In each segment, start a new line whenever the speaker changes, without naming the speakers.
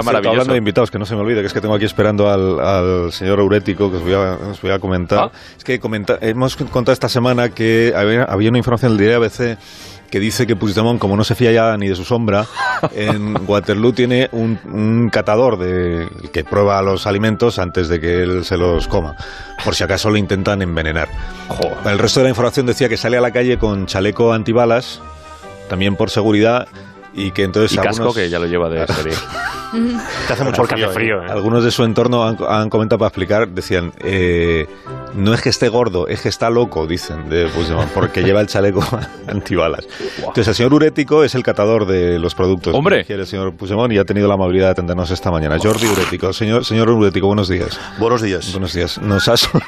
Está maravilloso.
hablando de invitados, que no se me olvide, que es que tengo aquí esperando al, al señor Aurético, que os voy a, os voy a comentar.
Ah.
Es que comenta- hemos contado esta semana que había, había una información del diario ABC que dice que Puigdemont, como no se fía ya ni de su sombra, en Waterloo tiene un, un catador de, que prueba los alimentos antes de que él se los coma, por si acaso lo intentan envenenar. El resto de la información decía que sale a la calle con chaleco antibalas, también por seguridad, y que entonces
Y casco,
algunos-
que ya lo lleva de serie.
Te hace mucho el cambio frío. ¿eh?
algunos de su entorno han, han comentado para explicar, decían, eh, no es que esté gordo, es que está loco, dicen, de Puigdemont, porque lleva el chaleco antibalas. Entonces, el señor Urético es el catador de los productos
Hombre.
que quiere el señor Puigdemont y ha tenido la amabilidad de atendernos esta mañana. Jordi Urético, señor, señor Urético, buenos días.
Buenos días.
Buenos días. Nos ha, sor-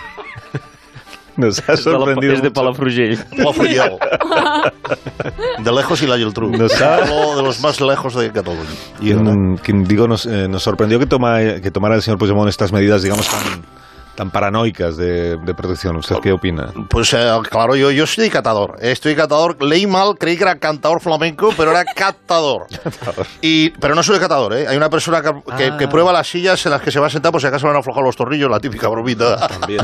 nos ha
Es de la-
sorprendido
es de
mucho.
Palafrugell.
Juan Friel. Oh, De lejos y la Geltrú.
Nos ha-
Uno de los más lejos de Cataluña.
Y en- que, digo, nos, eh, nos sorprendió que, toma- que tomara el señor Puigdemont estas medidas, digamos, tan, tan paranoicas de, de protección. ¿Usted qué opina?
Pues eh, claro, yo, yo soy catador. Estoy catador. Leí mal, creí que era cantador flamenco, pero era catador. Y, pero no soy catador, ¿eh? Hay una persona que, que- que prueba las sillas en las que se va a sentar por si acaso van a aflojar los tornillos, la típica bromita.
Bien.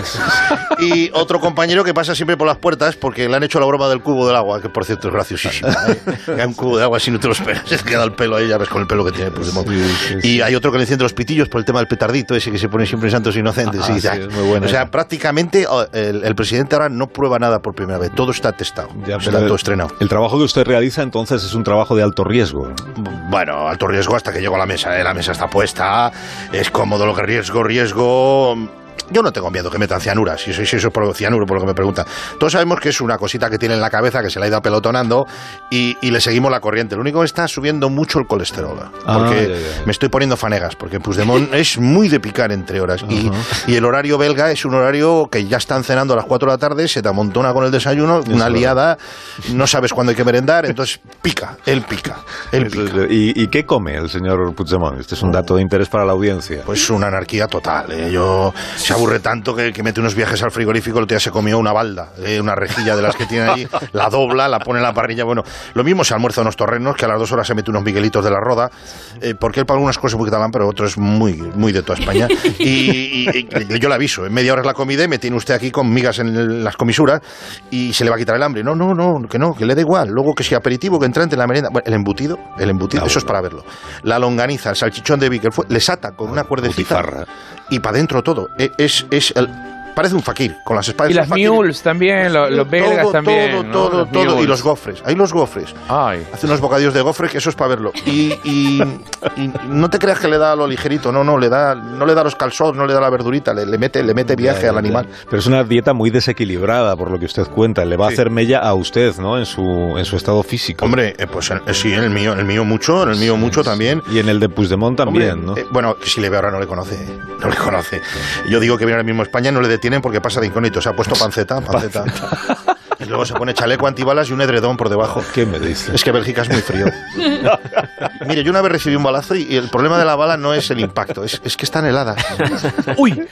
Y otro compañero que pasa siempre por las puertas porque le han hecho la broma del cubo del agua, que por cierto es graciosísimo. ¿eh? Hay un cubo de agua si no te lo esperas, se queda el pelo ahí, ya ves con el pelo que tiene Puigdemont.
Sí, sí, sí.
Y hay otro que le enciende los pitillos por el tema del petardito ese que se pone siempre en Santos Inocentes.
Ah,
y dice,
sí,
"Ah".
es muy buena
o sea,
esa.
prácticamente oh, el, el presidente ahora no prueba nada por primera vez, todo está testado,
Ya,
está
pero
todo
el-
estrenado.
El trabajo que usted realiza entonces es un trabajo de alto riesgo.
Bueno, alto riesgo hasta que llego a la mesa, ¿eh? la mesa está puesta, es cómodo lo que riesgo, riesgo. Yo no tengo miedo que metan cianura, si, soy- si eso es por cianuro, por lo que me preguntan. Todos sabemos que es una cosita que tiene en la cabeza, que se la ha ido pelotonando y, y le seguimos la corriente. Lo único que está subiendo mucho el colesterol, ¿eh?
Ah,
porque
ya, ya, ya.
me estoy poniendo fanegas, porque Puigdemont es muy de picar entre horas. Y, y el horario belga es un horario que ya están cenando a las 4 de la tarde, se te amontona con el desayuno, una
verdad.
liada, no sabes cuándo hay que merendar, entonces pica, él pica, él
Eso
pica.
es de- ¿Y, y qué come el señor Puigdemont? Este es un dato de interés para la audiencia.
Pues una anarquía total. ¿eh? Yo se aburre tanto que, que mete unos viajes al frigorífico, el otro día se comió una balda, ¿eh? una rejilla de las que tiene allí, la dobla, la pone en la parrilla. Bueno, lo mismo se almuerza unos torrenos, que a las dos horas se mete unos miguelitos de la roda, eh, porque él para algunas cosas es muy catalán, pero otro es muy, muy de toda España. Y, y- y yo le aviso, en media hora es la comida y me tiene usted aquí con migas en el- las comisuras y se le va a quitar el hambre. No, no, no, que no, que le da igual. Luego que si aperitivo, que entrante en la merenda. Bueno, el embutido, el embutido, eso es para verlo. La longaniza, el salchichón de Vicker, fue- les ata con una cuerdecita
Butifarra.
y para adentro todo. E- Es, es el- parece un fakir, con las espadas.
Y
de un
las
fakir.
mules también, lo- los belgas
todo,
también.
Todo,
¿no?
todo,
Los
todo. Y
mules.
los gofres. Hay los gofres.
Ay.
Hace unos bocadillos de gofres, que eso es para verlo. Y, y- y no te creas que le da a lo ligerito, no, no, le da, no le da los calzones, no le da la verdurita, le, le mete, le mete viaje al animal.
Pero es una dieta muy desequilibrada, por lo que usted cuenta. Le va a hacer mella a usted, ¿no? En su, en su estado físico.
Hombre, eh, pues eh, sí, en el mío, en el mío mucho, en el mío mucho también.
Y en el de Puigdemont también,
Hombre,
¿no?
eh, bueno, si le ve ahora no le conoce, eh, no le conoce. Yo digo que viene ahora mismo a España, no le detienen porque pasa de incógnito, se ha puesto panceta, panceta. y luego se pone chaleco antibalas y un edredón por debajo.
¿Qué me dice?
Es que Bélgica es muy frío. Mire, yo una vez recibí un balazo y y el problema de la bala no es el impacto, es, es que están heladas.
¡Uy!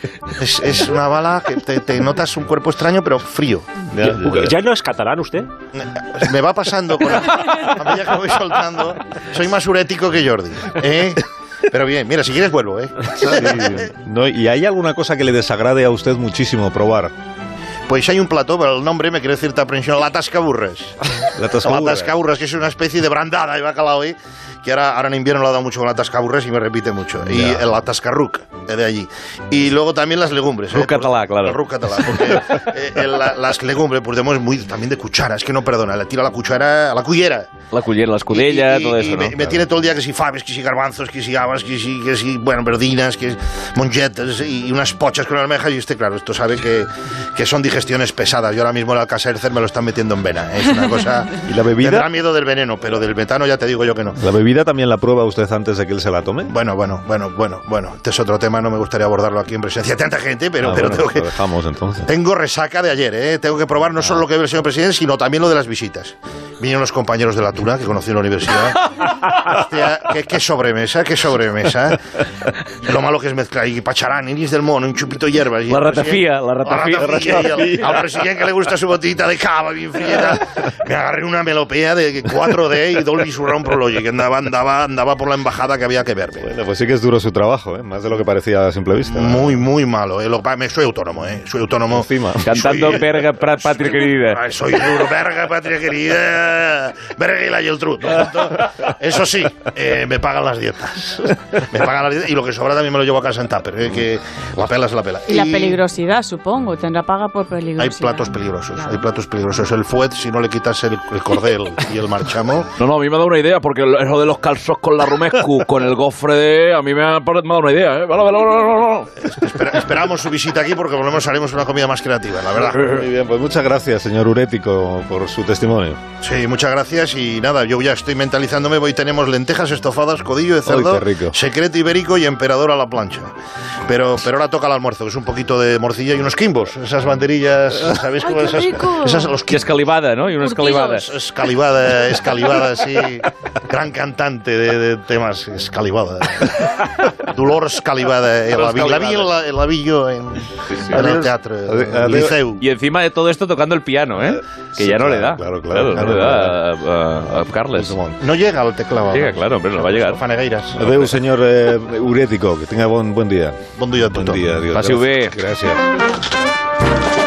Es, es una bala que te, te notas un cuerpo extraño, pero frío.
¿Ya no es catalán usted?
Me va pasando con la, a medida que voy soltando. Soy más urético que Jordi. ¿eh? Pero bien, mira, si quieres vuelvo, ¿eh?
No, ¿Y hay alguna cosa que le desagrade a usted muchísimo probar?
Pues hay un plató, pero el nombre me quiere decir aprensión, la tascaburres.
La
La
tascabura.
tascaburres, que es una especie de brandada de bacalao, ¿eh? que ahora, ahora en invierno lo ha dado mucho con la tascaburres y me repite mucho. Y
Ya.
el atascarruc eh, de allí. Y luego también las legumbres.
Ruc catalá, claro.
El ruc catalá, porque eh, el- la- las legumbres, pues es muy también de cuchara, es que no perdona, le tira la cuchara a la cullera.
La cullera, la escudella,
Y- y-
todo
y
eso,
me,
¿no?
me tiene todo el día que si faves, que si garbanzos, que si habas, que si, que si bueno, verdinas, que monjetes y unas pochas con almejas. Y usted, claro, esto sabe que, que son digestiones pesadas. Yo ahora mismo el alcacercer me lo están metiendo en vena. ¿eh? Es una cosa...
¿Y la bebida?
Tendrá miedo del veneno, pero del metano ya te digo yo que no.
¿La bebida también la prueba usted antes de que él se la tome?
Bueno, bueno, bueno, bueno, bueno. Este es otro tema, no me gustaría abordarlo aquí en presencia de tanta gente,
Ah,
pero, pero
bueno,
tengo
pues
que...
Lo dejamos entonces.
Tengo resaca de ayer, ¿eh? Tengo que probar no solo lo que ve el señor presidente, sino también lo de las visitas. Vinieron los compañeros de la Tuna que conocí en la universidad. Hostia, qué, qué sobremesa, qué sobremesa. Lo malo que es mezclar y pacharán, iris del mono, un chupito de hierbas. y
La
el presidente-
ratafía, la ratafía,
La ratafía, y el- Al presidente que le gusta su botita de cava bien fría. Me agarré una melopea de 4D y Dolby Surround Pro Logic, que andaba andaba, andaba por la embajada que había que verme.
Bueno, pues sí que es duro su trabajo, ¿eh? más de lo que parecía a simple vista.
Muy, muy malo. eh. Lo que pasa- me- soy autónomo, ¿eh? Soy autónomo.
Encima.
Cantando
Soy-
Verga, pra- Patria Querida.
Ay, Soy duro, verga, patria querida. Verga y la Geltrud. Eso sí, eh, me pagan las dietas. Me pagan las dietas y lo que sobra también me lo llevo a casa en tupper. eh, que la pela es la pela.
Y la peligrosidad, supongo. Tendrá paga por peligrosidad.
Hay platos peligrosos,
Claro.
hay platos peligrosos. El fuet, si no le quitas el, el cordel y el marchamo,
No, no, a mí me ha dado una idea, porque lo eso de los calzos con la rumescu, con el gofre de... A mí me ha, me ha dado una idea, ¿eh? Vale, vale, vale, vale, vale.
espera- esperamos su visita aquí porque por lo menos haremos una comida más creativa, la verdad.
Muy bien, pues muchas gracias, señor Urético, por su testimonio.
Sí, muchas gracias y nada, yo ya estoy mentalizándome, hoy tenemos lentejas estofadas, codillo de cerdo,
Uy, qué rico.
secreto ibérico y emperador a la plancha. Pero, pero ahora toca el almuerzo, que es un poquito de morcilla y unos quimbos, esas banderillas, ¿sabéis
Ay,
cómo
qué
esas?
rico.
Esas los
Que es calivada, ¿no? Y una escalivada.
Curtidos.
Escalivada, escalivada, sí. Gran cantante de, de temas, escalivada. Dolor escalivada. eh, La vi, la vi en la- en la vi yo en, en el teatro,
Ade-
en
ade-
el Liceu.
Y encima de todo esto tocando el piano, ¿eh? Que
Sí,
ya no
claro,
le da.
claro, claro,
no le da a, a- a Carles.
Puigdemont.
No llega al teclado.
Llega, claro, pero no va a llegar.
Fanegueiras.
Adeu, señor eh, Urético, que tenga buen, buen día.
Bon dia a tothom.
Buen día, adiós.
Passi-ho bé.
Gracias.